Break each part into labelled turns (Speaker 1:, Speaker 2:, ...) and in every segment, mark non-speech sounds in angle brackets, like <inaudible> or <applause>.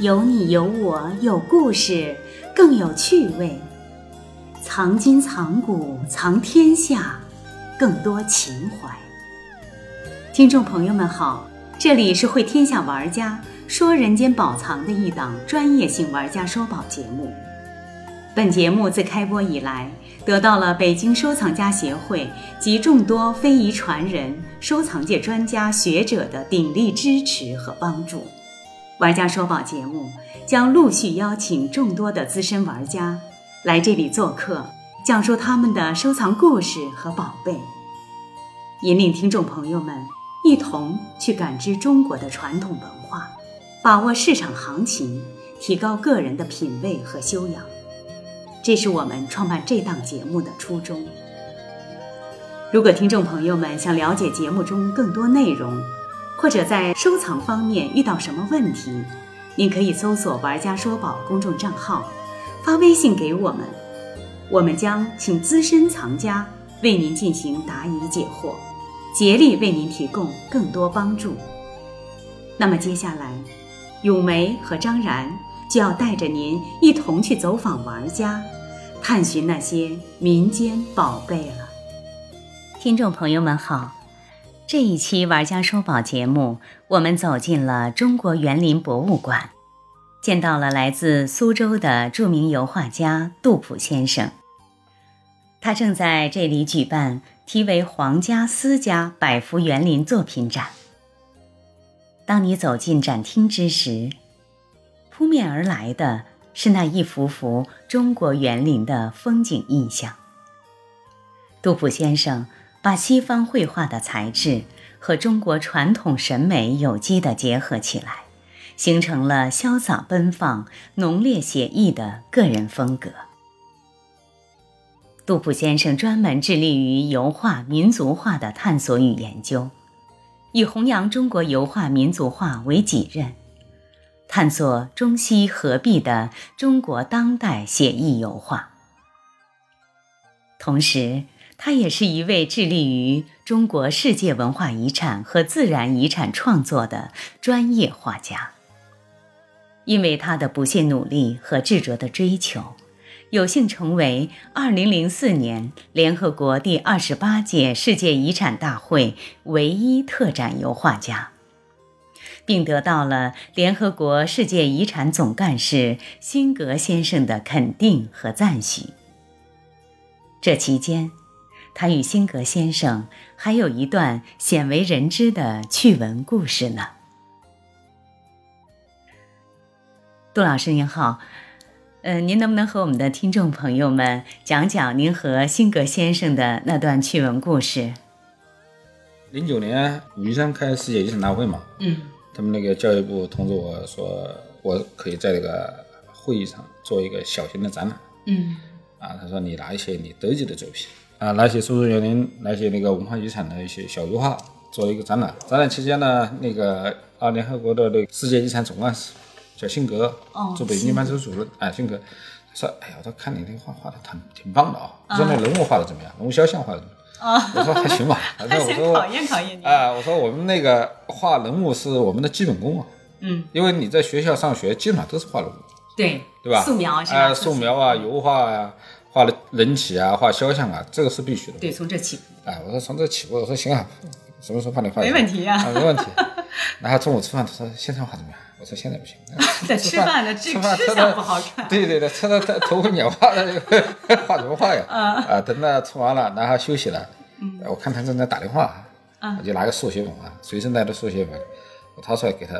Speaker 1: 有你有我有故事，更有趣味；藏今藏古藏天下，更多情怀。听众朋友们好，这里是会天下玩家说人间宝藏的一档专业性玩家说宝节目。本节目自开播以来，得到了北京收藏家协会及众多非遗传人、收藏界专家学者的鼎力支持和帮助。玩家说宝节目将陆续邀请众多的资深玩家来这里做客，讲述他们的收藏故事和宝贝，引领听众朋友们一同去感知中国的传统文化，把握市场行情，提高个人的品味和修养。这是我们创办这档节目的初衷。如果听众朋友们想了解节目中更多内容，或者在收藏方面遇到什么问题，您可以搜索“玩家说宝”公众账号，发微信给我们，我们将请资深藏家为您进行答疑解惑，竭力为您提供更多帮助。那么接下来，咏梅和张然就要带着您一同去走访玩家，探寻那些民间宝贝了。听众朋友们好，这一期《玩家说宝》节目，我们走进了中国园林博物馆，见到了来自苏州的著名油画家杜甫先生。他正在这里举办题为“皇家私家百幅园林作品展”。当你走进展厅之时，扑面而来的是那一幅幅中国园林的风景印象。杜甫先生把西方绘画的材质和中国传统审美有机的结合起来，形成了潇洒奔放、浓烈写意的个人风格。杜甫先生专门致力于油画、民族画的探索与研究，以弘扬中国油画、民族画为己任。探索中西合璧的中国当代写意油画，同时，他也是一位致力于中国世界文化遗产和自然遗产创作的专业画家。因为他的不懈努力和执着的追求，有幸成为2004年联合国第二十八届世界遗产大会唯一特展油画家。并得到了联合国世界遗产总干事辛格先生的肯定和赞许。这期间，他与辛格先生还有一段鲜为人知的趣闻故事呢。杜老师您好，呃，您能不能和我们的听众朋友们讲讲您和辛格先生的那段趣闻故事？
Speaker 2: 零九年云山开世界遗产大会嘛，
Speaker 1: 嗯
Speaker 2: 他们那个教育部通知我说，我可以在这个会议上做一个小型的展览
Speaker 1: 嗯
Speaker 2: 啊。他说你拿一些你得意的作品啊，拿一些苏州园林，拿一些那个文化遗产的一些小油画，做了一个展览。展览期间呢，那个啊，联合国的那个世界遗产总干事叫辛格，
Speaker 1: 哦
Speaker 2: 做北京办事处主任，哎，辛格。他说：“哎呀，我说看你那画画的挺挺棒的啊、
Speaker 1: 啊
Speaker 2: 说那人物画的怎么样？人物肖像画的怎么样？
Speaker 1: 啊，
Speaker 2: 我说还行吧。
Speaker 1: <laughs>
Speaker 2: 他说我说
Speaker 1: 验考验您
Speaker 2: 啊、我说我们那个画人物是我们的基本功啊，
Speaker 1: 嗯，
Speaker 2: 因为你在学校上学，基本上都是画人物，
Speaker 1: 对
Speaker 2: 对吧？
Speaker 1: 素描是吧？嗯
Speaker 2: 啊、素描啊，油画啊，画的人体啊，画肖像啊，这个是必须的。
Speaker 1: 对，从这起步
Speaker 2: 哎、我说从这起步，我说行啊，什么时候帮你画？
Speaker 1: 没问题啊
Speaker 2: 啊，没问
Speaker 1: <laughs>
Speaker 2: 题。然后中午吃饭，他说现在画怎么样？我说现在不行，
Speaker 1: 在吃饭的这
Speaker 2: 哎吃饭
Speaker 1: 吃
Speaker 2: 吃
Speaker 1: 相
Speaker 2: 的
Speaker 1: 不好看。
Speaker 2: 对对对，吃的头头昏眼花的，画什么画
Speaker 1: 嗯
Speaker 2: 呀？啊，等到吃完了，然后休息了，哎我看他正在打电话，啊
Speaker 1: 嗯
Speaker 2: 我就拿个速写本啊，随身带的速写本，我掏出来给他，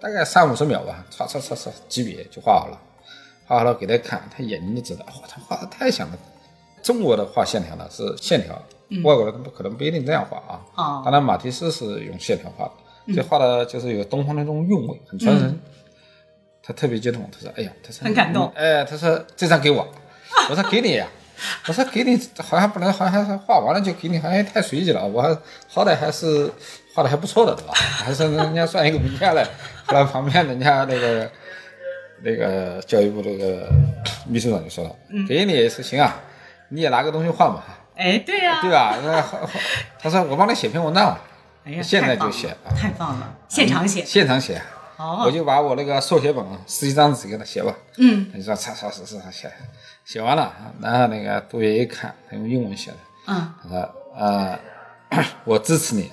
Speaker 2: 大概三五十秒吧，唰唰唰唰几笔就画好了，画好了给他看，他眼睛就知道，哇，他画的太像了。中国的画线条呢是线条，外国人不可能不一定这样画啊。
Speaker 1: 嗯哦嗯
Speaker 2: 当然马蒂斯是用线条画的，这画的就是有东方的那种韵味，很传神。他特别激动，他说：“哎呀，他说
Speaker 1: 很感动
Speaker 2: 你哎，他说这张给我，我说给你呀、我说给你，好像不能，好像还画完了就给你，好像太随意了。我还好歹还是画的还不错的，对吧？ <laughs> 还是人家算一个名片嘞。后来旁边人家那个那个教育部那个秘书长就说了，
Speaker 1: 嗯
Speaker 2: 给你也是行啊，你也拿个东西换吧，
Speaker 1: 哎，对呀、
Speaker 2: 对吧？那他说我帮你写篇文章，啊
Speaker 1: 哎呀，
Speaker 2: 现在
Speaker 1: 太棒
Speaker 2: 就写
Speaker 1: 了太棒了，现场写。
Speaker 2: 现场写，
Speaker 1: 哦
Speaker 2: 我就把我那个速写本十几张纸给他写完，
Speaker 1: 嗯
Speaker 2: 他就说擦擦擦擦擦写，写完了，然后那个杜爷一看，他用英文写的，
Speaker 1: 嗯
Speaker 2: 他说啊、呃我支持你，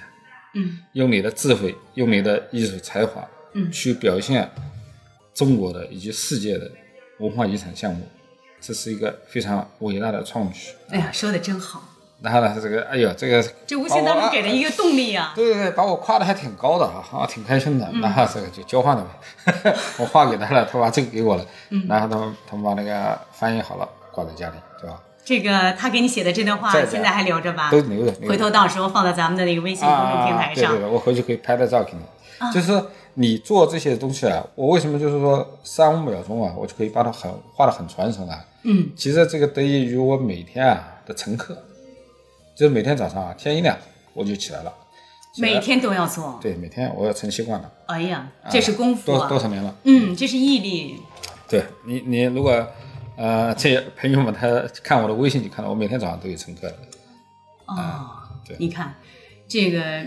Speaker 1: 嗯
Speaker 2: 用你的智慧，用你的艺术才华，
Speaker 1: 嗯
Speaker 2: 去表现中国的以及世界的文化遗产项目，这是一个非常伟大的创举。
Speaker 1: 哎呀，说的真好，
Speaker 2: 然后呢，他这个哎呦，这个
Speaker 1: 这无形当中给了一个动力啊。
Speaker 2: 对对对，把我夸的还挺高的啊，啊，挺开心的。然后这个就交换了呗， <laughs> 我画给他了，他把这个给我了，然后他们他们把那个翻译好了，挂在家里，对吧？
Speaker 1: 这个他给你写的这段话
Speaker 2: 在，的
Speaker 1: 现在还留着吧？
Speaker 2: 都留着留着
Speaker 1: 啊回头到时候放到咱们的那个微信公众平台
Speaker 2: 啊。对
Speaker 1: 上啊
Speaker 2: 对。对，我回去可以拍个照给你。就是你做这些东西啊，我为什么就是说三五秒钟啊，我就可以把它很画的很传神啊？
Speaker 1: 嗯
Speaker 2: 其实这个得益于我每天啊的晨刻，就是每天早上啊天一亮我就起来了。起来
Speaker 1: 每天都要做。
Speaker 2: 对每天我要成习惯了，
Speaker 1: 哎呀，
Speaker 2: 啊
Speaker 1: 这是功夫
Speaker 2: 多
Speaker 1: 啊
Speaker 2: 多！少年了？
Speaker 1: 嗯，这是毅力。
Speaker 2: 对你，你如果呃，这些朋友们他看我的微信就看到我每天早上都有晨刻的，
Speaker 1: 哦，
Speaker 2: 哎对
Speaker 1: 你看，这个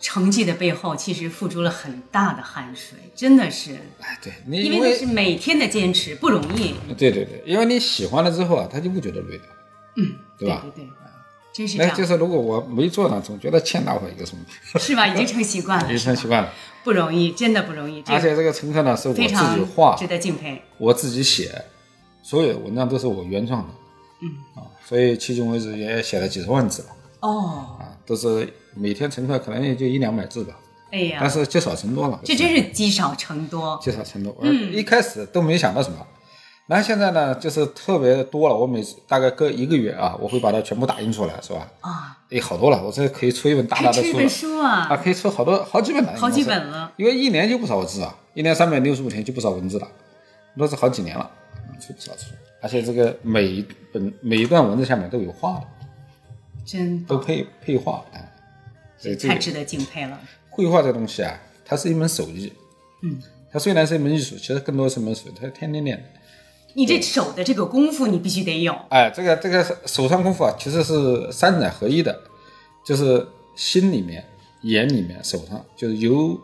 Speaker 1: 成绩的背后，其实付出了很大的汗水，真的是，
Speaker 2: 哎，对你
Speaker 1: 因为那是每天的坚持，不容易。
Speaker 2: 对对对，因为你喜欢了之后啊，他就不觉得累了，
Speaker 1: 嗯，
Speaker 2: 对吧
Speaker 1: 对对真是这
Speaker 2: 那
Speaker 1: 样，
Speaker 2: 就是如果我没做呢，总觉得欠到我一个什么，
Speaker 1: <laughs>
Speaker 2: <laughs>
Speaker 1: 是吧？已经成习惯了，
Speaker 2: 也成习
Speaker 1: <laughs>
Speaker 2: 惯了。
Speaker 1: 不容易，真的不容易，这
Speaker 2: 而
Speaker 1: 个
Speaker 2: 且这个晨刻呢，是我自
Speaker 1: 非常
Speaker 2: 己画
Speaker 1: 值，得敬佩。
Speaker 2: 我自己写，所有文章都是我原创的，嗯啊，所以迄今为止也写了几十万字了
Speaker 1: 哦，
Speaker 2: 啊，都是每天晨刻可能也就一两百字吧，
Speaker 1: 哎
Speaker 2: 但
Speaker 1: 呀，
Speaker 2: 是积少成多了。
Speaker 1: 这真嗯是积少成多。
Speaker 2: 积少成多。我一开始都没想到什么，然后现在呢，就是特别多了。我每次大概隔一个月啊，我会把它全部打印出来，是吧？
Speaker 1: 啊，
Speaker 2: 哎，好多了，我这可以出一本大
Speaker 1: 还
Speaker 2: 大的
Speaker 1: 出一
Speaker 2: 书
Speaker 1: 本
Speaker 2: 了
Speaker 1: 书
Speaker 2: 啊，
Speaker 1: 啊，
Speaker 2: 可以出好多好几本了，
Speaker 1: 好几
Speaker 2: 应该是
Speaker 1: 本了，
Speaker 2: 因为一年就不少字啊，一年三百六十五天就不少文字了，那是好几年了，嗯出不少书。而且这个每一本每一段文字下面都有画的，
Speaker 1: 真
Speaker 2: 都配配画啊。哎所以这
Speaker 1: 太
Speaker 2: 个
Speaker 1: 值得敬佩了。
Speaker 2: 绘画这东西啊，它是一门手艺，
Speaker 1: 嗯，
Speaker 2: 它虽然是一门艺术，其实更多是一门手艺，它是天天练的。
Speaker 1: 你这手的这个功夫，你必须得有。
Speaker 2: 哎，这个这个手上功夫啊，其实是三者合一的，就是心里面、眼里面、手上，就是由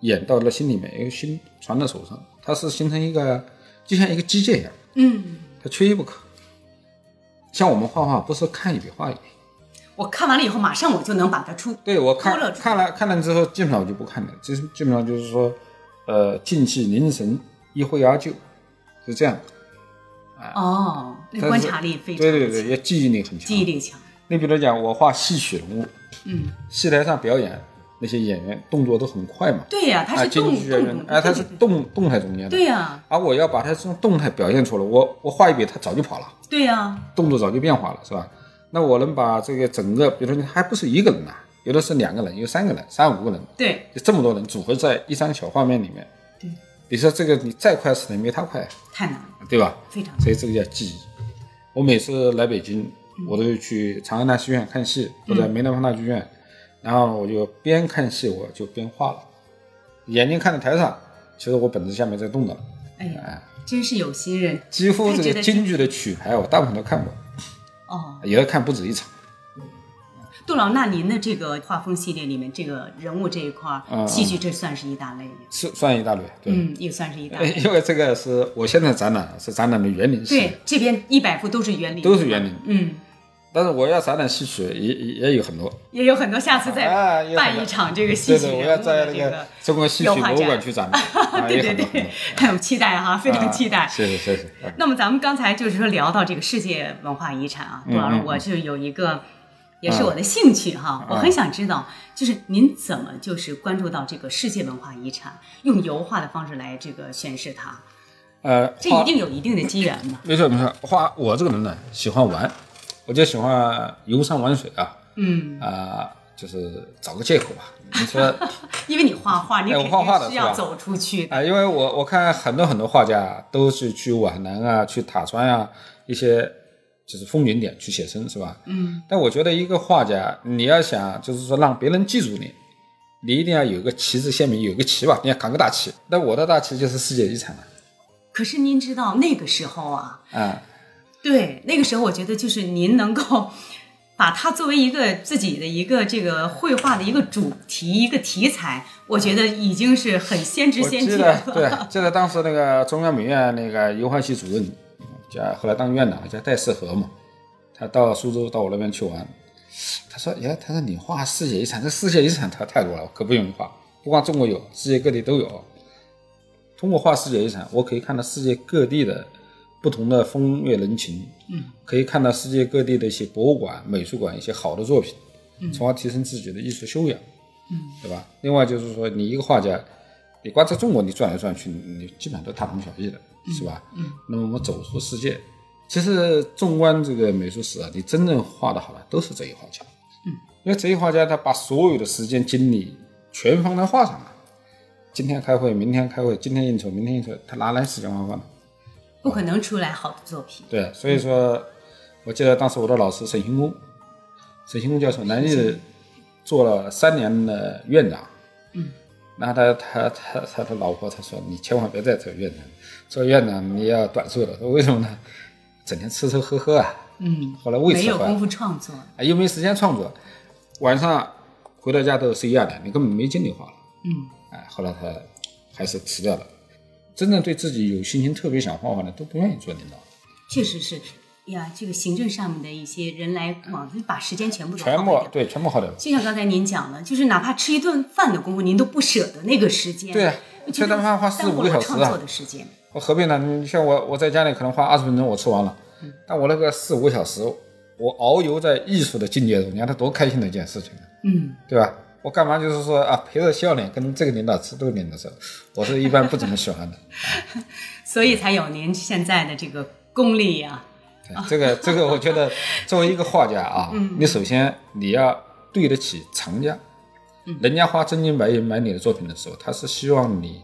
Speaker 2: 眼到了心里面，由心传到手上，它是形成一个就像一个机械一样，
Speaker 1: 嗯，
Speaker 2: 它缺一不可。像我们画画，不是看一笔画一笔。
Speaker 1: 我看完了以后，马上我就能把它出。
Speaker 2: 对我
Speaker 1: 勾勒
Speaker 2: 看
Speaker 1: 出来
Speaker 2: 看了看了之后，基本上我就不看了，就是基本上就是说，呃，静气凝神，一挥而就，是这样。
Speaker 1: 哦，那
Speaker 2: 啊但
Speaker 1: 观
Speaker 2: 是
Speaker 1: 察力非常
Speaker 2: 对对
Speaker 1: 强
Speaker 2: 对，也记忆力很强。
Speaker 1: 记忆力强。
Speaker 2: 你比如讲，我画戏曲人物，
Speaker 1: 嗯，
Speaker 2: 戏台上表演，那些演员动作都很快嘛，
Speaker 1: 对呀、它
Speaker 2: 啊，
Speaker 1: 是动
Speaker 2: 京
Speaker 1: 动
Speaker 2: 剧演员
Speaker 1: 动，，
Speaker 2: 哎，他
Speaker 1: 对
Speaker 2: 是
Speaker 1: 对
Speaker 2: 动动态中间的，
Speaker 1: 对呀、
Speaker 2: 而我要把他这种动态表现出来，我我画一笔，他早就跑了，
Speaker 1: 对呀、
Speaker 2: 动作早就变化了，是吧？那我能把这个整个，比如说还不是一个人呐、有的是两个人，有三个人，三五个人，
Speaker 1: 对，
Speaker 2: 就这么多人组合在一张小画面里面，
Speaker 1: 对，
Speaker 2: 你说这个你再快速也没他快，
Speaker 1: 太难了，
Speaker 2: 对吧？
Speaker 1: 非常难。
Speaker 2: 所以这个叫记忆。我每次来北京，我都去长安大戏院看戏，
Speaker 1: 嗯
Speaker 2: 或者梅兰芳大剧院，然后我就边看戏我就边画了，眼睛看着台上，其实我本子下面在动的了。
Speaker 1: 哎呀，
Speaker 2: 哎，
Speaker 1: 真是有心人
Speaker 2: 几乎
Speaker 1: 太值
Speaker 2: 这
Speaker 1: 得
Speaker 2: 个
Speaker 1: 敬
Speaker 2: 京剧的曲牌我大部分都看过，
Speaker 1: 哦。
Speaker 2: 有的看不止一场。
Speaker 1: 杜老，那您的这个画风系列里面，这个人物这一块儿，
Speaker 2: 嗯
Speaker 1: 戏剧这算是一大类了
Speaker 2: 是算一大类，对，
Speaker 1: 嗯，也算是一大
Speaker 2: 哎
Speaker 1: 类。
Speaker 2: <laughs> 因为这个是我现在展览是展览的园林戏，
Speaker 1: 对，这边一百幅都是园林，
Speaker 2: 都是园林，
Speaker 1: 嗯，
Speaker 2: 但是我要展览戏曲也也也有很多，
Speaker 1: 也有很多下次
Speaker 2: 啊
Speaker 1: 再
Speaker 2: 也有
Speaker 1: 办
Speaker 2: 很
Speaker 1: 一
Speaker 2: 多
Speaker 1: 场这个戏
Speaker 2: 对
Speaker 1: 曲
Speaker 2: 对，我
Speaker 1: 人
Speaker 2: 要
Speaker 1: 物
Speaker 2: 在
Speaker 1: 的
Speaker 2: 那
Speaker 1: 这
Speaker 2: <laughs> 个
Speaker 1: 个，
Speaker 2: 中国戏曲
Speaker 1: 油画
Speaker 2: 博物
Speaker 1: 展
Speaker 2: 馆去展览，啊
Speaker 1: 对
Speaker 2: 也
Speaker 1: 对
Speaker 2: 很多
Speaker 1: <laughs>
Speaker 2: 很
Speaker 1: 对
Speaker 2: 多，
Speaker 1: 很有期待哈，非常期待
Speaker 2: 啊。谢谢谢谢。嗯
Speaker 1: 那么咱们刚才就是说聊到这个世界文化遗产啊，杜老师
Speaker 2: 嗯，嗯嗯
Speaker 1: 我是有一个，也是我的兴趣哈，我很想知道，就是您怎么就是关注到这个世界文化遗产，用油画的方式来这个诠释它，
Speaker 2: 呃，
Speaker 1: 这
Speaker 2: 画
Speaker 1: 一定有一定的机缘吧？
Speaker 2: 没错没错，画我这个人呢喜欢玩，我就喜欢游山玩水啊
Speaker 1: 嗯，
Speaker 2: 啊、就是找个借口吧。你说 <laughs> 啊、
Speaker 1: 因为你画画，你
Speaker 2: 哎
Speaker 1: 肯
Speaker 2: 我画画的
Speaker 1: 定是
Speaker 2: 是吧
Speaker 1: 要走出去的，
Speaker 2: 啊因为我我看很多很多画家都是去皖南啊、去塔川啊一些就是风景点去写生是吧？
Speaker 1: 嗯，
Speaker 2: 但我觉得一个画家，你要想就是说让别人记住你，你一定要有个旗帜鲜明，有个旗吧，你要扛个大旗。那我的大旗就是世界遗产了
Speaker 1: 可是您知道那个时候啊，
Speaker 2: 啊、
Speaker 1: 对，那个时候我觉得就是您能够 <laughs> 把它作为一个自己的一个这个绘画的一个主题、一个题材，我觉得已经是很先知
Speaker 2: 我
Speaker 1: 先
Speaker 2: 记
Speaker 1: 觉
Speaker 2: 得
Speaker 1: 了。，
Speaker 2: 对，记得当时那个中央美院那个油画系主任，叫后来当院长叫戴世和嘛，他到苏州到我那边去玩，他说：“哎，他说你画世界遗产，这世界遗产太太多了，我可不用画，不光中国有，世界各地都有。通过画世界遗产，我可以看到世界各地的不同的风月人情，嗯，可以看到世界各地的一些博物馆、美术馆一些好的作品，嗯，从而提升自己的艺术修养，嗯，对吧？另外就是说，你一个画家。”你光在中国你转来转去，你你基本上都大同小异的，是吧？嗯。那么我们走出世界，其实纵观这个美术史啊，你真正画的好的都是这一画家。嗯。因为这一画家他把所有的时间精力全放在画上了，今天开会，明天开会，今天应酬，明天应酬，他哪来时间画画呢？
Speaker 1: <laughs> 不可能出来好的作品。
Speaker 2: 对，所以说，我记得当时我的老师沈行功，沈行功教授，南艺做了三年的院长。
Speaker 1: 嗯，
Speaker 2: 那他他他他的老婆他说：“你千万别再做院长，做院长你要短寿的。”说为什么呢？整天吃吃喝喝啊，
Speaker 1: 嗯，
Speaker 2: 后来胃
Speaker 1: 没
Speaker 2: 吃
Speaker 1: 有
Speaker 2: 坏
Speaker 1: 功
Speaker 2: 了，
Speaker 1: 夫创作。
Speaker 2: 哎又没时间创作，晚上回到家都十一二点，你根本没精力画了。
Speaker 1: 嗯，
Speaker 2: 哎，后来他还是辞掉了。真正对自己有信心、特别想画画的，都不愿意做领导。
Speaker 1: 确实是呀，这个行政上面的一些人来往，就把时间全部都
Speaker 2: 全
Speaker 1: 耗
Speaker 2: 部
Speaker 1: 费掉
Speaker 2: 对，全部耗掉了。
Speaker 1: 就像刚才您讲的，就是哪怕吃一顿饭的功夫，您都不舍得那个时间。
Speaker 2: 对啊
Speaker 1: 我觉得
Speaker 2: 吃顿饭花四
Speaker 1: 耽误
Speaker 2: 五个
Speaker 1: 了
Speaker 2: 小时
Speaker 1: 创
Speaker 2: 啊
Speaker 1: 作的时间，
Speaker 2: 我何必呢？你像我，我在家里可能花二十分钟我吃完了，但我那个四五个小时，我遨游在艺术的境界中，你看他多开心的一件事情啊，
Speaker 1: 嗯，
Speaker 2: 对吧？我干嘛就是说啊，陪着笑脸跟这个领导吃这个领导吃，我是一般不怎么喜欢的。
Speaker 1: 所以才有您现在的这个功力啊呀、
Speaker 2: 对这个这个，我觉得作为一个画家啊，
Speaker 1: 嗯
Speaker 2: 你首先你要对得起藏家，
Speaker 1: 嗯
Speaker 2: 人家花真金白银买你的作品的时候，他是希望你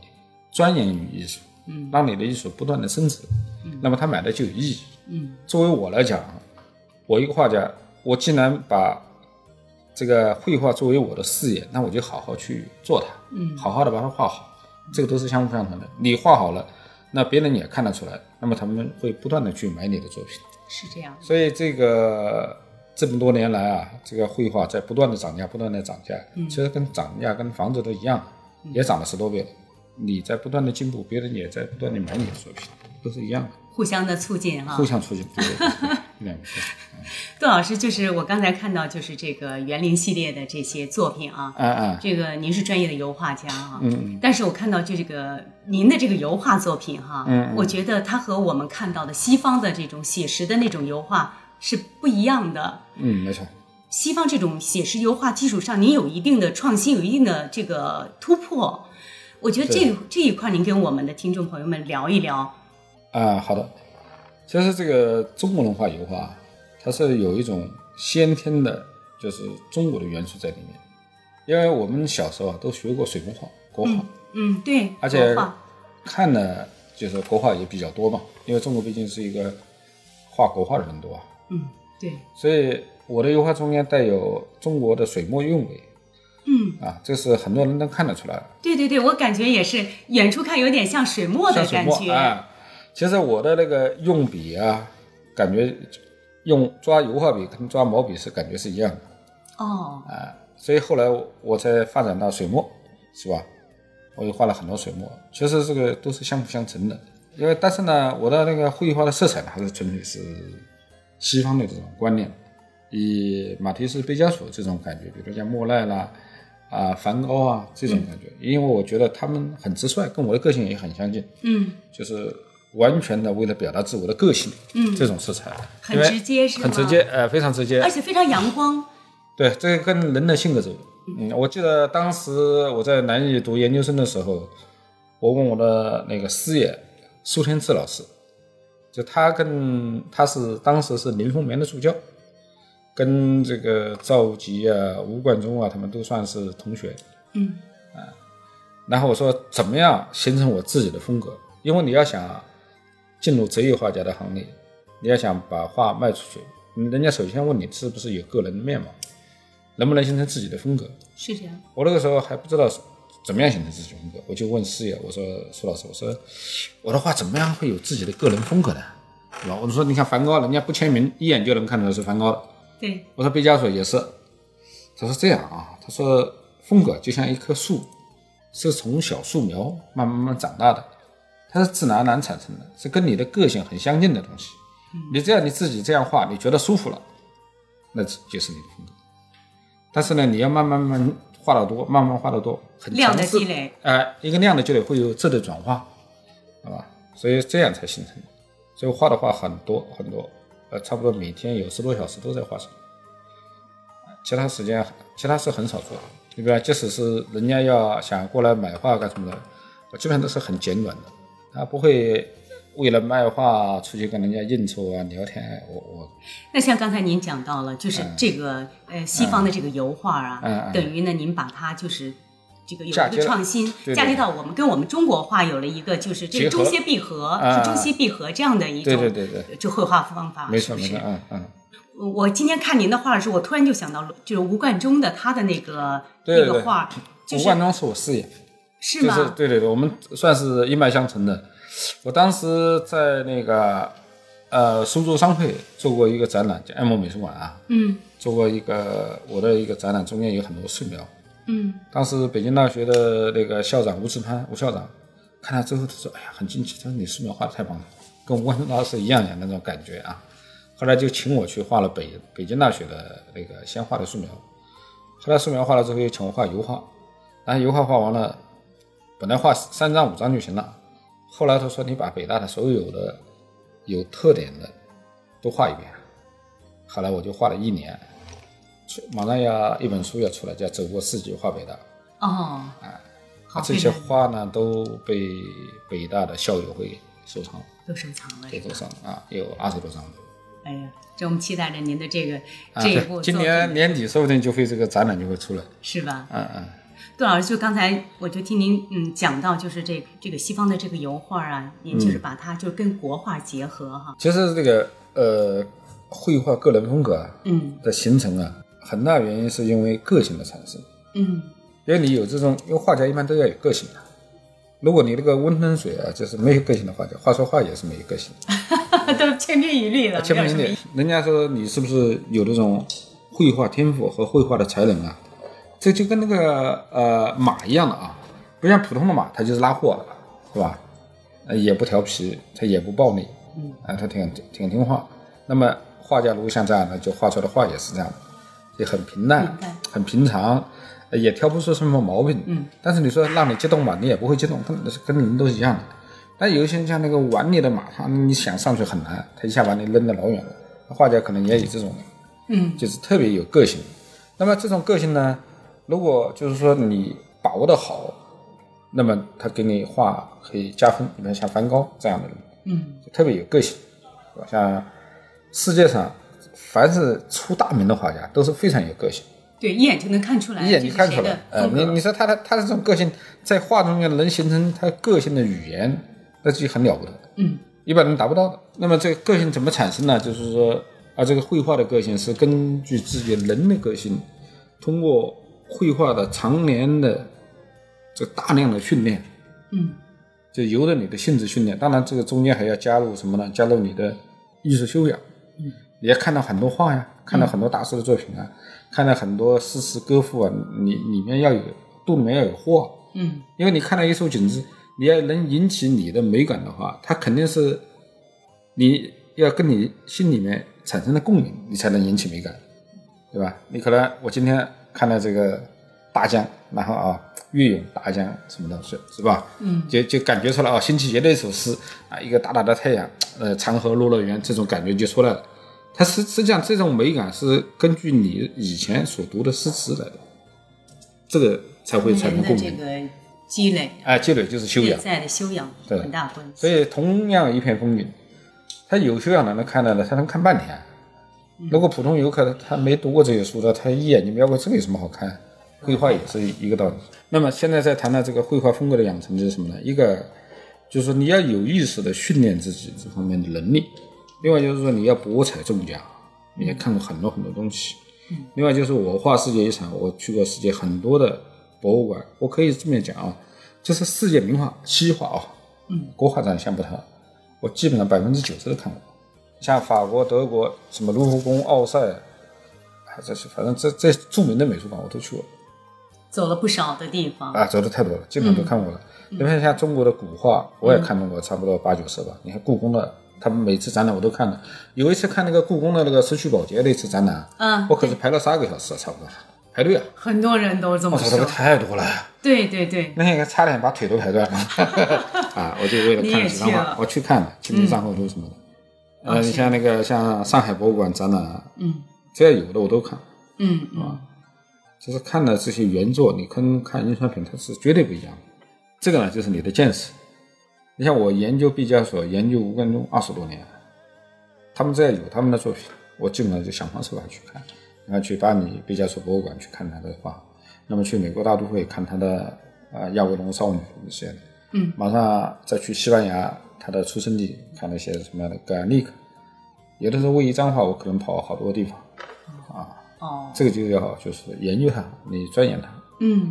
Speaker 2: 钻研于艺术，
Speaker 1: 嗯
Speaker 2: 让你的艺术不断的升值，那么他买的就有意义。
Speaker 1: 嗯
Speaker 2: 作为我来讲，啊我一个画家，我既然把这个绘画作为我的事业，那我就好好去做它，
Speaker 1: 嗯
Speaker 2: 好好的把它画好，这个都是相辅相成的。你画好了，那别人也看得出来，那么他们会不断的去买你的作品。
Speaker 1: 是这样的。
Speaker 2: 所以这个这么多年来啊，这个绘画在不断的涨价，不断的涨价，其实跟涨价跟房子都一样，也涨了十多倍了。你在不断的进步，别人也在不断的买你的作品，都是一样的，
Speaker 1: 互相的促进啊
Speaker 2: 互，相促进，对对对对，一点不错。
Speaker 1: 杜老师就是我刚才看到就是这个园林系列的这些作品啊，
Speaker 2: 啊啊，
Speaker 1: 这个您是专业的油画家啊，
Speaker 2: 嗯，
Speaker 1: 但是我看到这个您的这个油画作品哈、
Speaker 2: 嗯嗯
Speaker 1: 我觉得它和我们看到的西方的这种写实的那种油画是不一样的。
Speaker 2: 嗯，没错，
Speaker 1: 西方这种写实油画基础上，您有一定的创新，有一定的这个突破。我觉得这这一块，您跟我们的听众朋友们聊一聊。
Speaker 2: 啊，好的。其实这个中国文化油画啊，它是有一种先天的，就是中国的元素在里面。因为我们小时候啊都学过水墨画、国画，
Speaker 1: 嗯，对，
Speaker 2: 而且
Speaker 1: 国画
Speaker 2: 看的就是国画也比较多嘛，因为中国毕竟是一个画国画的人多啊，
Speaker 1: 嗯，对，
Speaker 2: 所以我的油画中间带有中国的水墨韵味
Speaker 1: 嗯，
Speaker 2: 啊，这是很多人能看得出来的。
Speaker 1: 对对对，我感觉也是，远处看有点像水墨的
Speaker 2: 像水
Speaker 1: 感
Speaker 2: 墨
Speaker 1: 觉。
Speaker 2: 啊。其实我的那个用笔啊，感觉用抓油画笔跟抓毛笔是感觉是一样的
Speaker 1: 哦，
Speaker 2: 啊，所以后来我我才发展到水墨，是吧？我也画了很多水墨，其实这个都是相辅相成的。因为但是呢，我的那个绘画的色彩呢，还是纯粹是西方的这种观念，以马蒂斯、毕加索这种感觉，比如像莫奈啦、啊、梵高啊这种感觉，因为我觉得他们很直率，跟我的个性也很相近。
Speaker 1: 嗯，
Speaker 2: 就是完全的为了表达自我的个性，嗯，这种色彩
Speaker 1: 很
Speaker 2: 因为
Speaker 1: 直接是吗
Speaker 2: 很直接，呃，非常直接
Speaker 1: 而，且非常阳光。
Speaker 2: 对，这个跟人的性格走。嗯，我记得当时我在南艺读研究生的时候，我问我的那个师爷苏天赐老师，就他跟他是当时是林风眠的助教，跟这个赵佶啊、吴冠中啊，他们都算是同学。啊
Speaker 1: 嗯
Speaker 2: 然后我说怎么样形成我自己的风格？因为你要想进入职业画家的行列，你要想把画卖出去，人家首先问你是不是有个人的面貌，能不能形成自己的风格。
Speaker 1: 是这样。
Speaker 2: 我那个时候还不知道怎么样形成自己的风格，我就问师爷，我说苏老师，我说我的画怎么样会有自己的个人风格呢？对吧？我说你看梵高，人家不签名，一眼就能看出来是梵高的。
Speaker 3: 对，
Speaker 2: 我说毕加索也是，他说这样啊，他说风格就像一棵树，是从小树苗慢慢慢慢长大的，它是自然而然产生的，是跟你的个性很相近的东西。你只要你自己这样画，你觉得舒服了，那就是你的风格。但是呢，你要慢慢慢慢画的多，慢慢画的多，很
Speaker 3: 量
Speaker 2: 强
Speaker 3: 的
Speaker 2: 制
Speaker 3: 积累，
Speaker 2: 哎，一个量的积累会有质的转化，好吧？所以这样才形成。所以画的话很多很多，呃，差不多每天有十多小时都在画上，其他时间其他事很少做。你比如，即使是人家要想过来买画干什么的，我基本上都是很简短的，他不会为了卖画出去跟人家应酬啊、聊天。我我
Speaker 3: 那像刚才您讲到了，就是这个、呃西方的这个油画啊，
Speaker 2: 嗯嗯
Speaker 3: 等于呢您把它就是这个有一
Speaker 2: 嫁接
Speaker 3: 个
Speaker 2: 了
Speaker 3: 创新
Speaker 2: 对对
Speaker 3: 嫁接到我们跟我们中国画有了一个就是这个
Speaker 2: 结合
Speaker 3: 中西闭合，
Speaker 2: 啊
Speaker 3: 是中西闭合这样的一种
Speaker 2: 对对对对，
Speaker 3: 就绘画方法，
Speaker 2: 没错
Speaker 3: 啊是
Speaker 2: 没
Speaker 3: 不是
Speaker 2: 错，嗯嗯，
Speaker 3: 我今天看您的画的时候，我突然就想到了，就是吴冠中的他的那个
Speaker 2: 对对
Speaker 3: 那
Speaker 2: 对
Speaker 3: 个画，就
Speaker 2: 吴
Speaker 3: 是
Speaker 2: 冠中是我师爷。
Speaker 3: 是
Speaker 2: 就
Speaker 3: 吗？
Speaker 2: 是对对对，我们算是一脉相承的。我当时在那个呃苏州商会做过一个展览，叫爱慕美术馆啊，
Speaker 3: 嗯
Speaker 2: 做过一个我的一个展览，中间有很多素描。
Speaker 3: 嗯
Speaker 2: 当时北京大学的那个校长吴志攀，吴校长看了之后，他说：“哎呀，很惊奇，他说你素描画的太棒了，跟吴冠中老师一样呀那种感觉啊。”后来就请我去画了北北京大学的那个先画的素描，后来素描画了之后又请我画油画，然后油画画完了，本来画三张五张就行了，后来他说你把北大的所有的有特点的都画一遍，后来我就画了一年，出马上要一本书要出来，叫《走过四季画北大》。
Speaker 3: 哦，好
Speaker 2: 啊，这些画呢都被北大的校友会收藏，
Speaker 3: 都收藏了，
Speaker 2: 给
Speaker 3: 是吧
Speaker 2: 收藏啊，有二十多张的。
Speaker 3: 哎呀，这我们期待着您的这个、
Speaker 2: 啊，
Speaker 3: 这一
Speaker 2: 对
Speaker 3: 部，
Speaker 2: 今
Speaker 3: 作
Speaker 2: 年
Speaker 3: 品
Speaker 2: 年底说不定就会这个展览就会出来。
Speaker 3: 是吧？
Speaker 2: 嗯嗯，
Speaker 3: 杜老师，就刚才我就听您嗯讲到，就是这个这个西方的这个油画啊，您就是把它就是跟国画结合哈，
Speaker 2: 其实这个呃，绘画个人风格啊
Speaker 3: 嗯
Speaker 2: 的形成啊，很大原因是因为个性的产生，
Speaker 3: 嗯 <laughs>
Speaker 2: 因为你有这种，因为画家一般都要有个性的。如果你这个温吞水啊，就是没有个性的画家，画出画也是没有个性的。
Speaker 3: 都千篇一律了，
Speaker 2: 啊千篇一
Speaker 3: 没有什
Speaker 2: 律
Speaker 3: 么。
Speaker 2: 人家说你是不是有这种绘画天赋和绘画的才能啊？这就跟那个呃马一样的啊，不像普通的马，它就是拉货的，是吧？呃，也不调皮，它也不暴力，嗯，啊，它挺挺听话。那么画家如果像这样的，就画出来的画也是这样的，也很平淡
Speaker 3: 明白，
Speaker 2: 很平常。呃也挑不出什么毛病，嗯，但是你说让你激动吧，你也不会激动，跟跟人都是一样的。但有一些像那个碗里的马，它你想上去很难，它一下把你扔得老远了。画家可能也有这种，
Speaker 3: 嗯，
Speaker 2: 就是特别有个性。那么这种个性呢，如果就是说你把握的好，那么他给你画可以加分，比如像梵高这样的人，
Speaker 3: 嗯，
Speaker 2: 特别有个性，对吧？像世界上凡是出大名的画家都是非常有个性。
Speaker 3: 对，一眼就能看出来，
Speaker 2: 一眼就看出来。呃，你你
Speaker 3: 你
Speaker 2: 说他的他的这种个性，在画中间能形成他个性的语言，那就很了不得，
Speaker 3: 嗯，
Speaker 2: 一般人达不到的。那么这个个性怎么产生呢？就是说啊，这个绘画的个性是根据自己人的个性，通过绘画的常年的这大量的训练，
Speaker 3: 嗯，
Speaker 2: 就由着你的性质训练。当然，这个中间还要加入什么呢？加入你的艺术修养。你要看到很多画呀，看到很多大师的作品啊，看到很多诗词歌赋啊，你里面要有肚里面要有货，
Speaker 3: 嗯
Speaker 2: 因为你看到一处景致，你要能引起你的美感的话，它肯定是你要跟你心里面产生的共鸣，你才能引起美感，对吧？你可能我今天看到这个大江，然后啊越泳大江什么的，是是吧？
Speaker 3: 嗯，
Speaker 2: 就就感觉出来哦，辛弃疾那首诗啊，一个大大的太阳，呃，长河落了圆，这种感觉就出来了。它实实际上这种美感是根据你以前所读的诗词来的，这个才会产
Speaker 3: 人
Speaker 2: 生
Speaker 3: 的
Speaker 2: 共
Speaker 3: 这
Speaker 2: 鸣。
Speaker 3: 个积累，
Speaker 2: 啊，积累就是修
Speaker 3: 内
Speaker 2: 养。
Speaker 3: 在的修养
Speaker 2: 对
Speaker 3: 很大关系。
Speaker 2: 所以同样一片风景，他有修养的能看到的，他能看半天。如果普通游客他没读过这些书的，他一眼就瞄过，这个有什么好看？绘画也是一个道理。那么现在在谈到这个绘画风格的养成，就是什么呢？一个就是说你要有意识的训练自己这方面的能力，另外就是说你要博采众家，你也看过很多很多东西。另外就是我画世界遗产，我去过世界很多的博物馆，我可以这么讲啊，就是世界名画西画啊，嗯，国画展先不谈，我基本上百分之九十都看过，像法国、德国什么卢浮宫、奥赛，啊，这是反正这这著名的美术馆我都去过
Speaker 1: 走了不少的地方。
Speaker 2: 啊，走的太多了，基
Speaker 1: 嗯
Speaker 2: 本都看过了。因为像中国的古画，我也看过差不多八九十吧。你看故宫的，他们每次展览我都看了。有一次看那个故宫的那个失去保洁那次展览，
Speaker 1: 嗯，
Speaker 2: 啊我可是排了十二个小时，差不多排队啊！
Speaker 3: 嗯
Speaker 1: 很哦多人都这
Speaker 2: 我
Speaker 1: 么
Speaker 2: 操，这个
Speaker 1: 说。
Speaker 2: 太多了，
Speaker 1: 对对对，
Speaker 2: 那个差点把腿都
Speaker 1: <laughs>
Speaker 2: 排断了啊！我就为了
Speaker 1: 你
Speaker 2: 看
Speaker 1: 也
Speaker 2: 几
Speaker 1: 去
Speaker 2: 张画
Speaker 1: 了，嗯哦
Speaker 2: 我去看了清明上河图什么的。呃，你像那个像上海博物馆展览啊，
Speaker 1: 嗯
Speaker 2: 只要有的我都看。
Speaker 1: 嗯嗯，
Speaker 2: 就是看了这些原作，你跟看印刷品它是绝对不一样的。这个呢，就是你的见识。你像我研究毕加索、研究吴冠中二十多年，他们只要有他们的作品，我基本上就想方设法去看，然后去巴黎毕加索博物馆去看他的画，那么去美国大都会看他的呃亚维农少女这些的，
Speaker 1: 嗯，
Speaker 2: 马上再去西班牙他的出生地看那些什么的格兰利克，有的时候为一张画我可能跑好多地方，
Speaker 1: 哦，
Speaker 2: 这个就要就是研究它，你钻研它。
Speaker 1: 嗯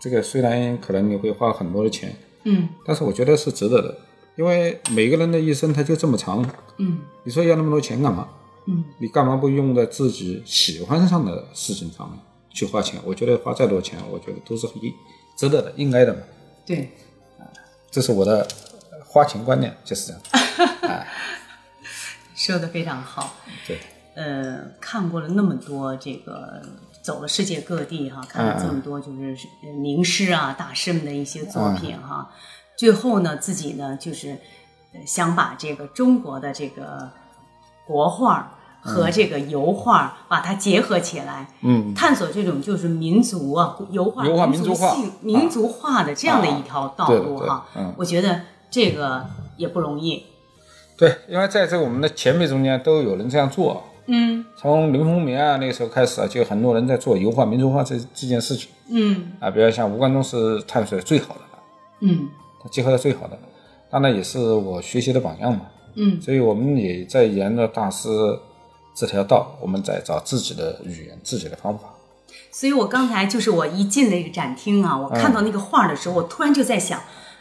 Speaker 2: 这个虽然可能你会花很多的钱，
Speaker 1: 嗯
Speaker 2: 但是我觉得是值得的，因为每个人的一生他就这么长，
Speaker 1: 嗯
Speaker 2: 你说要那么多钱干嘛？
Speaker 1: 嗯，
Speaker 2: 你干嘛不用在自己喜欢上的事情上面去花钱？我觉得花再多钱，我觉得都是应值得的，应该的嘛。
Speaker 1: 对。
Speaker 2: 这是我的呃花钱观念，就是这样。
Speaker 1: 说的非常好。
Speaker 2: 对，
Speaker 1: 呃，看过了那么多这个。走了世界各地
Speaker 2: 嗯
Speaker 1: 哈、看了这么多就是呃名师啊、大师们的一些作品
Speaker 2: 嗯
Speaker 1: 哈、最后呢，自己呢就是呃想把这个中国的这个国画和这个油画把它结合起来，
Speaker 2: 嗯，
Speaker 1: 探索这种就是民族啊油画、
Speaker 2: 油画
Speaker 1: 民
Speaker 2: 民族画
Speaker 1: 性、
Speaker 2: 啊
Speaker 1: 民族化的这样的一条道
Speaker 2: 对的
Speaker 1: 路
Speaker 2: 对的
Speaker 1: 哈、
Speaker 2: 嗯
Speaker 1: 我觉得这个也不容易。
Speaker 2: 对，因为在这我们的前辈中间都有人这样做，
Speaker 1: 嗯
Speaker 2: 从林风眠啊那个时候开始啊，就很多人在做油画、民族画这这件事情。
Speaker 1: 嗯
Speaker 2: 啊，比如像吴冠中是探索最好的，
Speaker 1: 嗯
Speaker 2: 他结合的最好的，当然也是我学习的榜样嘛。
Speaker 1: 嗯，
Speaker 2: 所以我们也在沿着大师这条道，我们在找自己的语言、自己的方法。
Speaker 1: 所以我刚才就是我一进那个展厅啊，我看到
Speaker 2: 嗯
Speaker 1: 那个画的时候，我突然就在想，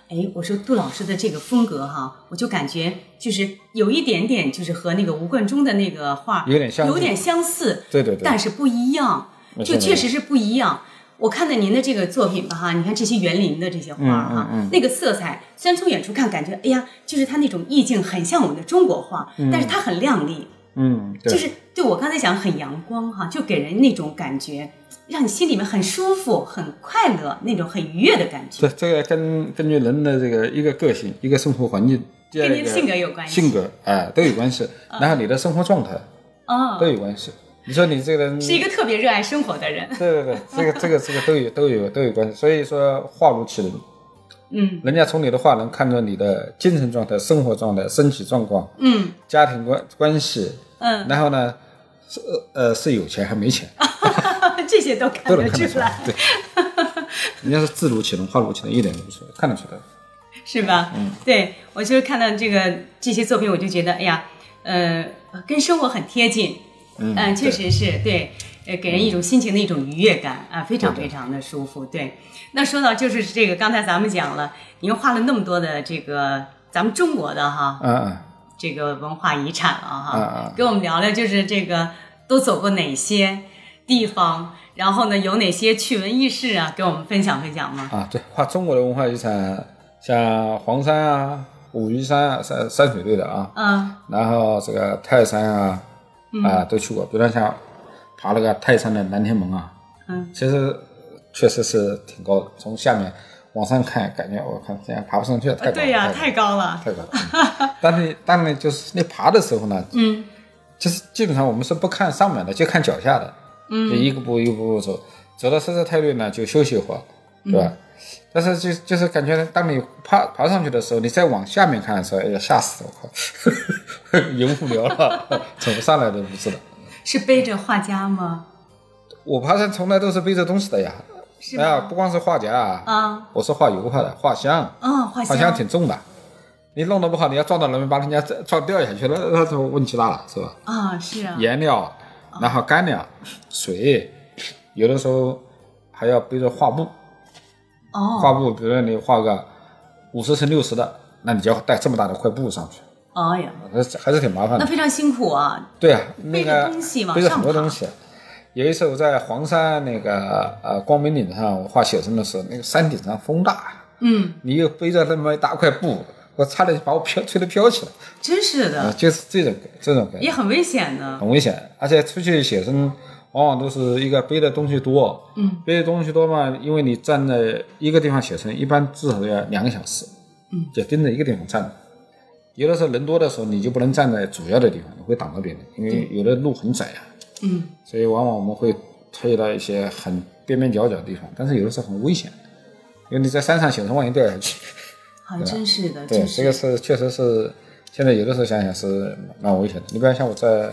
Speaker 1: 哎，我说杜老师的这个风格哈、我就感觉就是有一点点就是和那个吴冠中的那个画
Speaker 2: 有点相似
Speaker 1: 有点相似，
Speaker 2: 对对对
Speaker 1: 但是不一样，
Speaker 2: 没错
Speaker 1: 就确实是不一样。我看到您的这个作品吧，哈，你看这些园林的这些画儿哈、
Speaker 2: 嗯嗯嗯
Speaker 1: 那个色彩，虽然从远处看感觉，哎呀，就是它那种意境很像我们的中国画，但是它很亮丽，
Speaker 2: 嗯，对，
Speaker 1: 就是对我刚才讲很阳光哈、就给人那种感觉，让你心里面很舒服、很快乐，那种很愉悦的感觉。
Speaker 2: 这这个跟根据人的这个一个个性、一个生活环境，第二
Speaker 1: 跟您
Speaker 2: 个
Speaker 1: 性格有关系嗯
Speaker 2: 性格啊、都有关系，然后你的生活状态
Speaker 1: 啊、
Speaker 2: 都有关系。你说你这个人
Speaker 1: 是一个特别热爱生活的人。
Speaker 2: 对对对，这个这个这个都有都有都有关系，所以说话如其人，
Speaker 1: 嗯 <laughs>
Speaker 2: 人家从你的话能看出你的精神状态、生活状态、身体状况、
Speaker 1: 嗯
Speaker 2: 家庭关关系，
Speaker 1: 嗯，
Speaker 2: 然后呢，是呃是有钱还没钱，
Speaker 1: 这些都看
Speaker 2: 都能
Speaker 1: 得
Speaker 2: 看得
Speaker 1: 出
Speaker 2: 出来
Speaker 1: 来，。
Speaker 2: 对，
Speaker 1: <laughs>
Speaker 2: 人家是字如其人，画如其人，一点都不错，看得出来。
Speaker 1: 是吧？嗯，对我就是看到这个这些作品，我就觉得，哎呀，呃，跟生活很贴近。
Speaker 2: 嗯
Speaker 1: 呃确
Speaker 2: 对嗯
Speaker 1: 实是对，呃，给人一种心情的一种愉悦感啊，非常
Speaker 2: 对
Speaker 1: 非
Speaker 2: 的
Speaker 1: 常的舒服。对，那说到就是这个，刚才咱们讲了，您画了那么多的这个咱们中国的哈
Speaker 2: 嗯嗯，
Speaker 1: 这个文化遗产了
Speaker 2: 嗯
Speaker 1: 哈
Speaker 2: 嗯，
Speaker 1: 跟我们聊聊就是这个都走过哪些地方，然后呢有哪些趣闻轶事啊，给我们分享分享吗？
Speaker 2: 啊，对，画中国的文化遗产，像黄山啊、武夷山啊、山山水队的啊，
Speaker 1: 嗯
Speaker 2: 然后这个泰山啊，啊都去过，比如说像爬那个泰山的南天门啊，
Speaker 1: 嗯，
Speaker 2: 其实确实是挺高的，从下面往上看，感觉我看这样爬不上去，
Speaker 1: 啊
Speaker 2: 太高了，
Speaker 1: 对呀，
Speaker 2: 太
Speaker 1: 太
Speaker 2: 高
Speaker 1: 高了
Speaker 2: 了。太高了。嗯但是 <laughs> 但是就是你爬的时候呢，
Speaker 1: 嗯，
Speaker 2: 就是基本上我们是不看上面的，就看脚下的，嗯，就一个步一个步走，走到实在太累呢，就休息一会儿，对吧？但是就就是感觉，当你爬爬上去的时候，你再往下面看的时候，哎呀，吓死我靠， <laughs> 人无聊了， <laughs> 怎么上来都不知道。
Speaker 1: 是背着画家吗？
Speaker 2: 我爬山从来都是背着东西的呀，
Speaker 1: 是
Speaker 2: 哎呀，
Speaker 1: 吗？
Speaker 2: 不光是画夹啊，
Speaker 1: 啊
Speaker 2: 我是画油画的，画箱，
Speaker 1: 啊，画
Speaker 2: 画箱挺重的，你弄得不好，你要撞到人，把人家撞掉下去了，那就问题大了，是吧？
Speaker 1: 啊，是啊，
Speaker 2: 颜料，然后干粮、水，有的时候还要背着画布，画
Speaker 1: 哦，
Speaker 2: 布，比如说你画个五十乘六十的，那你就要带这么大的块布上去，
Speaker 1: 哎
Speaker 2: 嗯
Speaker 1: 呀，
Speaker 2: 还是还是挺麻烦
Speaker 1: 那
Speaker 2: 的。
Speaker 1: 非常辛苦啊。
Speaker 2: 对啊，那
Speaker 1: 背着
Speaker 2: 个
Speaker 1: 东西往
Speaker 2: 背着很
Speaker 1: 上
Speaker 2: 多
Speaker 1: 爬
Speaker 2: 东西，有一次我在黄山那个呃光明顶上我画写生的时候，那个山顶上风大，
Speaker 1: 嗯，
Speaker 2: 你又背着那么一大块布，我差点就把我飘吹得飘起来。
Speaker 1: 真是的，
Speaker 2: 啊，就是这种这种感
Speaker 1: 也
Speaker 2: 觉，
Speaker 1: 很危险的。
Speaker 2: 很危险。而且出去写生，往往都是一个背的东西多，
Speaker 1: 嗯，
Speaker 2: 背的东西多嘛，因为你站在一个地方写生，一般至少要两个小时，
Speaker 1: 嗯，
Speaker 2: 就盯着一个地方站着。有的时候人多的时候，你就不能站在主要的地方，你会挡到别人，因为有的路很窄啊，
Speaker 1: 嗯，
Speaker 2: 所以往往我们会推到一些很边边角角的地方，但是有的时候很危险，因为你在山上写生，万一掉下去。
Speaker 1: 还真是的，
Speaker 2: 对，
Speaker 1: 真
Speaker 2: 这
Speaker 1: 是
Speaker 2: 个是确实是，现在有的时候想想是蛮危险的。你比方像我在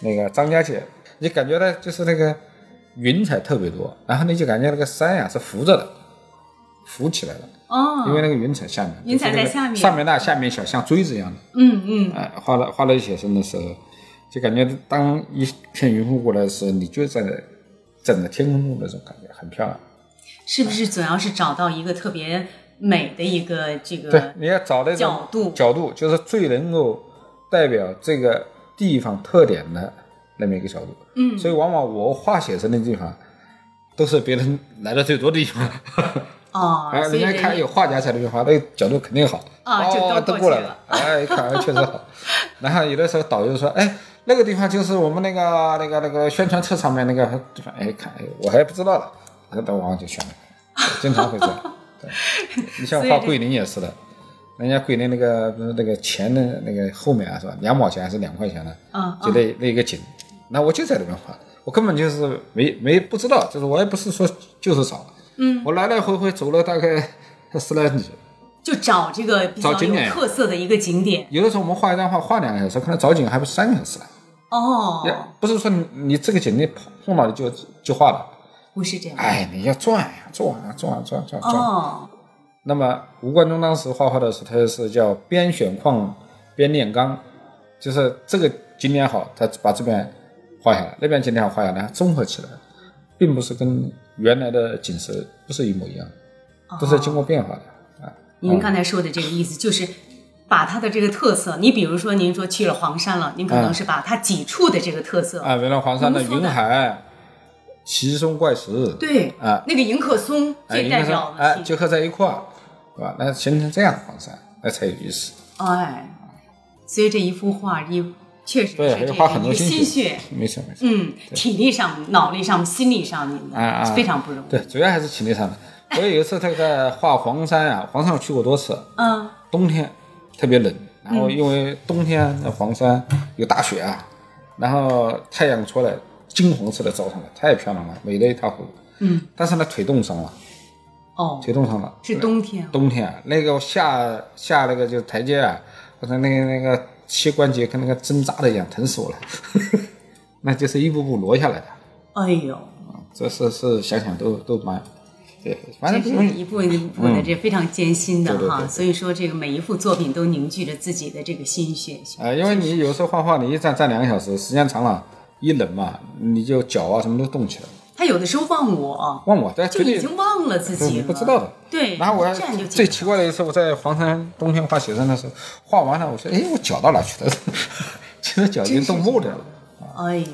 Speaker 2: 那个张家界，你感觉到就是那个云彩特别多，然后你就感觉那个山呀、是浮着的，浮起来的，
Speaker 1: 哦，
Speaker 2: 因为那个云彩下面，
Speaker 1: 云彩
Speaker 2: 就是那个
Speaker 1: 在下面
Speaker 2: 上面大，下面小，像锥子一样的。
Speaker 1: 嗯嗯，
Speaker 2: 哎、画了画了写生的时候，就感觉当一片云雾过来的时候，你就站在站在天空中那种感觉，很漂亮。
Speaker 1: 是不是总要是找到一个特别美的一个这
Speaker 2: 对
Speaker 1: 个，
Speaker 2: 你要找那种
Speaker 1: 角度
Speaker 2: 角度就是最能够代表这个地方特点的那么一个角度。
Speaker 1: 嗯
Speaker 2: 所以往往我画写生的地方，都是别人来的最多的地方。
Speaker 1: 哦
Speaker 2: 哎，，
Speaker 1: 所以
Speaker 2: 人家看
Speaker 1: 人
Speaker 2: 有画家才能画，那个角度肯定好。
Speaker 1: 啊就
Speaker 2: 哦
Speaker 1: 都
Speaker 2: 都
Speaker 1: 过
Speaker 2: 过
Speaker 1: 去
Speaker 2: 来了，哎，一看哎确实
Speaker 1: <laughs>
Speaker 2: 好。然后有的时候导游说，哎，那个地方就是我们那个那个那个宣传册上面那个地方，哎，看，哎我还不知道了，然后到网上就选了，经常会这
Speaker 1: <laughs>
Speaker 2: 样。对，你像
Speaker 1: 所以
Speaker 2: 画
Speaker 1: 这
Speaker 2: 桂林也是的，人家桂林那个不是那个钱的那个后面啊，是吧？两毛钱还是两块钱的，
Speaker 1: 嗯
Speaker 2: 就那那一个景，那我就在里面画，我根本就是没没不知道，就是我也不是说就是找，
Speaker 1: 嗯，
Speaker 2: 我来来回回走了大概十来里，
Speaker 1: 就找这个比较
Speaker 2: 找景
Speaker 1: 有
Speaker 2: 点
Speaker 1: 特色的一个景点
Speaker 2: 有的时候我们画一张画画两个小时，可能找景还不是三个小时了，也
Speaker 1: 哦，
Speaker 2: 不是说你你这个景你碰碰到了就就画了，
Speaker 1: 不是这样
Speaker 2: 哎，你要转呀转呀转呀转呀啊转呀转呀。
Speaker 1: 哦，
Speaker 2: 那么吴冠中当时画画的时候，他就是叫边选矿边炼钢，就是这个景点好，他把这边画下来，那边景点好画下来，综合起来，并不是跟原来的景色不是一模一样，
Speaker 1: 哦
Speaker 2: 都是经过变化的啊。
Speaker 1: 您刚才说的这个意思就是。把它的这个特色，你比如说，您说去了黄山了，您可能
Speaker 2: 嗯
Speaker 1: 是把它几处的这个特色，
Speaker 2: 啊，原来黄山的
Speaker 1: 浓缩
Speaker 2: 云
Speaker 1: 的
Speaker 2: 海、奇松怪石，
Speaker 1: 对，
Speaker 2: 啊，
Speaker 1: 那个迎客松
Speaker 2: 哎，
Speaker 1: 最
Speaker 2: 应
Speaker 1: 代
Speaker 2: 该是
Speaker 1: 表
Speaker 2: 哎
Speaker 1: 的是，
Speaker 2: 结合在一块儿，对吧？那形成这样的黄山，那才有意思。
Speaker 1: 哎，所以这一幅画一确实是
Speaker 2: 对，
Speaker 1: 这
Speaker 2: 还要
Speaker 1: 个
Speaker 2: 花很多
Speaker 1: 一个心
Speaker 2: 血，没错没错。
Speaker 1: 嗯，体力上、脑力上、心理上，您的、
Speaker 2: 啊啊
Speaker 1: 非常不容易。
Speaker 2: 对，主要还是体力上的。我有一次这个画黄山啊，黄山我去过多次，
Speaker 1: 嗯，
Speaker 2: 冬天特别冷，然后因为冬天那黄山有大雪啊，然后太阳出来金黄色的照上来，太漂亮了，美得一塌糊涂。
Speaker 1: 嗯，
Speaker 2: 但是呢，腿冻伤了，
Speaker 1: 哦，
Speaker 2: 腿冻伤了。
Speaker 1: 是冬天，
Speaker 2: 冬天啊那个下下那个就是台阶啊，我说那个那个膝关节跟那个针扎的一样，疼死我了。 <laughs> 那就是一步步挪下来的，
Speaker 1: 哎呦，
Speaker 2: 这是是想想都都蛮，对，反
Speaker 1: 这
Speaker 2: 正不容易
Speaker 1: 是一步一步的，这非常艰辛的
Speaker 2: 嗯对对
Speaker 1: 哈。
Speaker 2: 对对
Speaker 1: 所以说，这个每一幅作品都凝聚着自己的这个心血。
Speaker 2: 啊，因为你有时候画画，你一站站两个小时，时间长了，一冷嘛，你就脚啊什么都冻起来了。
Speaker 1: 他有的时候忘我，
Speaker 2: 忘我，但
Speaker 1: 就
Speaker 2: 最
Speaker 1: 已
Speaker 2: 近
Speaker 1: 经忘了自己
Speaker 2: 你
Speaker 1: 了，
Speaker 2: 不知道的。
Speaker 1: 对，
Speaker 2: 然后我还
Speaker 1: 这样就
Speaker 2: 最
Speaker 1: 紧
Speaker 2: 奇怪的一次，我在黄山冬天画写生的时候，画完了，我说，哎，我脚到哪去了？ <laughs> 其实脚已经冻木掉了，
Speaker 1: 哎呦，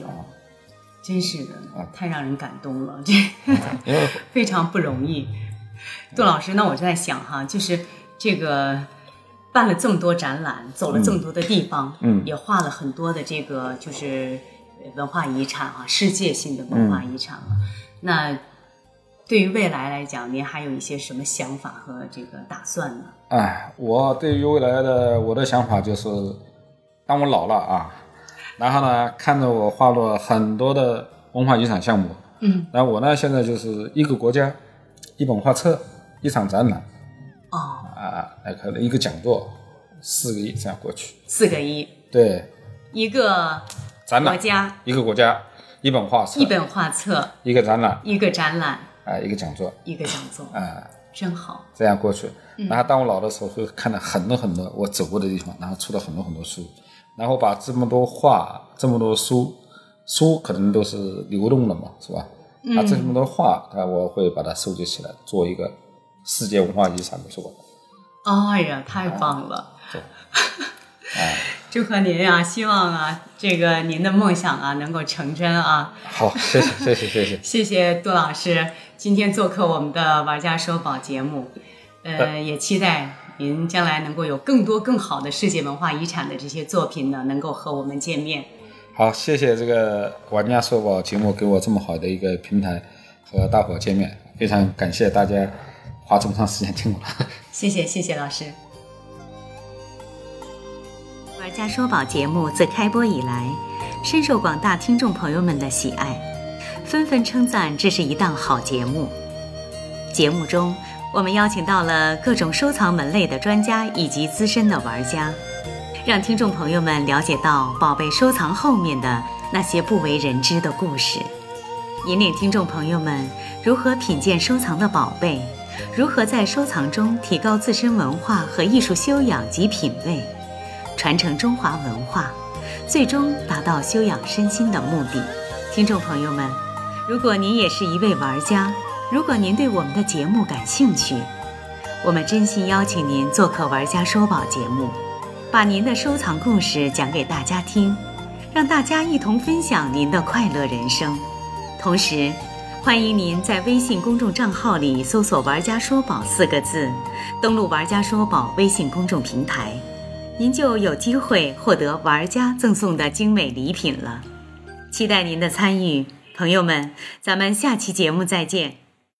Speaker 1: 真是的，太让人感动了，这
Speaker 2: 啊 <laughs> 因为
Speaker 1: <laughs> 非常不容易。杜老师，那我就在想哈，就是这个办了这么多展览，走了这么多的地方，
Speaker 2: 嗯
Speaker 1: 也画了很多的这个就是文化遗产啊，世界性的文
Speaker 2: 嗯
Speaker 1: 化遗产了、那对于未来来讲，您还有一些什么想法和这个打算呢？
Speaker 2: 哎，我对于未来的我的想法就是，当我老
Speaker 1: <laughs>
Speaker 2: 了啊，然后呢，看着我画了很多的文化遗产项目，
Speaker 1: 嗯，
Speaker 2: 然后我呢现在就是一个国家，一本画册，一场展览
Speaker 1: 哦，
Speaker 2: 啊，那可能一个讲座，四个亿这样过去，
Speaker 1: 四个一，
Speaker 2: 对，
Speaker 1: 一个
Speaker 2: 展
Speaker 1: 国
Speaker 2: 览
Speaker 1: 家，
Speaker 2: 一个国家，一本画册，
Speaker 1: 一本画册，
Speaker 2: 一个展览
Speaker 1: 一个展览，
Speaker 2: 啊、一个讲座
Speaker 1: 一个讲座，
Speaker 2: 啊、
Speaker 1: 真好。
Speaker 2: 这样过去。然后当我老的时候，会看到很多很多我走过的地方，然后出了很多很多书，然后把这么多画、这么多书，书可能都是流动的嘛，是吧？啊，这么多画，啊，我会把它收集起来，做一个世界文化遗产美术馆。
Speaker 1: 哎呀，太棒了！
Speaker 2: 对
Speaker 3: 祝贺您啊！希望啊，这个您的梦想啊能够成真啊！
Speaker 2: 好，谢谢，谢谢，谢谢，
Speaker 3: 谢谢杜老师今天做客我们的《玩家说宝》节目，呃，也期待您将来能够有更多更好的世界文化遗产的这些作品呢，能够和我们见面。
Speaker 2: 好，谢谢这个《玩家说宝》节目给我这么好的一个平台和大伙见面，非常感谢大家花这么长时间听我。
Speaker 3: 谢谢，谢谢老师。
Speaker 1: 玩家说宝节目自开播以来，深受广大听众朋友们的喜爱，纷纷称赞这是一档好节目。节目中，我们邀请到了各种收藏门类的专家以及资深的玩家，让听众朋友们了解到宝贝收藏后面的那些不为人知的故事，引领听众朋友们如何品鉴收藏的宝贝，如何在收藏中提高自身文化和艺术修养及品味。传承中华文化，最终达到修养身心的目的。听众朋友们，如果您也是一位玩家，如果您对我们的节目感兴趣，我们真心邀请您做客《玩家说宝》节目，把您的收藏故事讲给大家听，让大家一同分享您的快乐人生。同时，欢迎您在微信公众账号里搜索“玩家说宝”四个字，登录“玩家说宝”微信公众平台。您就有机会获得玩家赠送的精美礼品了，期待您的参与，朋友们，咱们下期节目再见。